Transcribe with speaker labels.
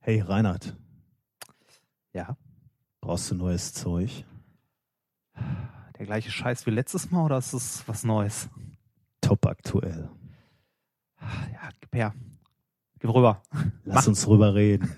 Speaker 1: Hey Reinhard,
Speaker 2: Ja.
Speaker 1: brauchst du neues Zeug?
Speaker 2: Der gleiche Scheiß wie letztes Mal oder ist es was Neues?
Speaker 1: Top aktuell.
Speaker 2: Ja, gib her. Gib rüber.
Speaker 1: Lass uns drüber reden.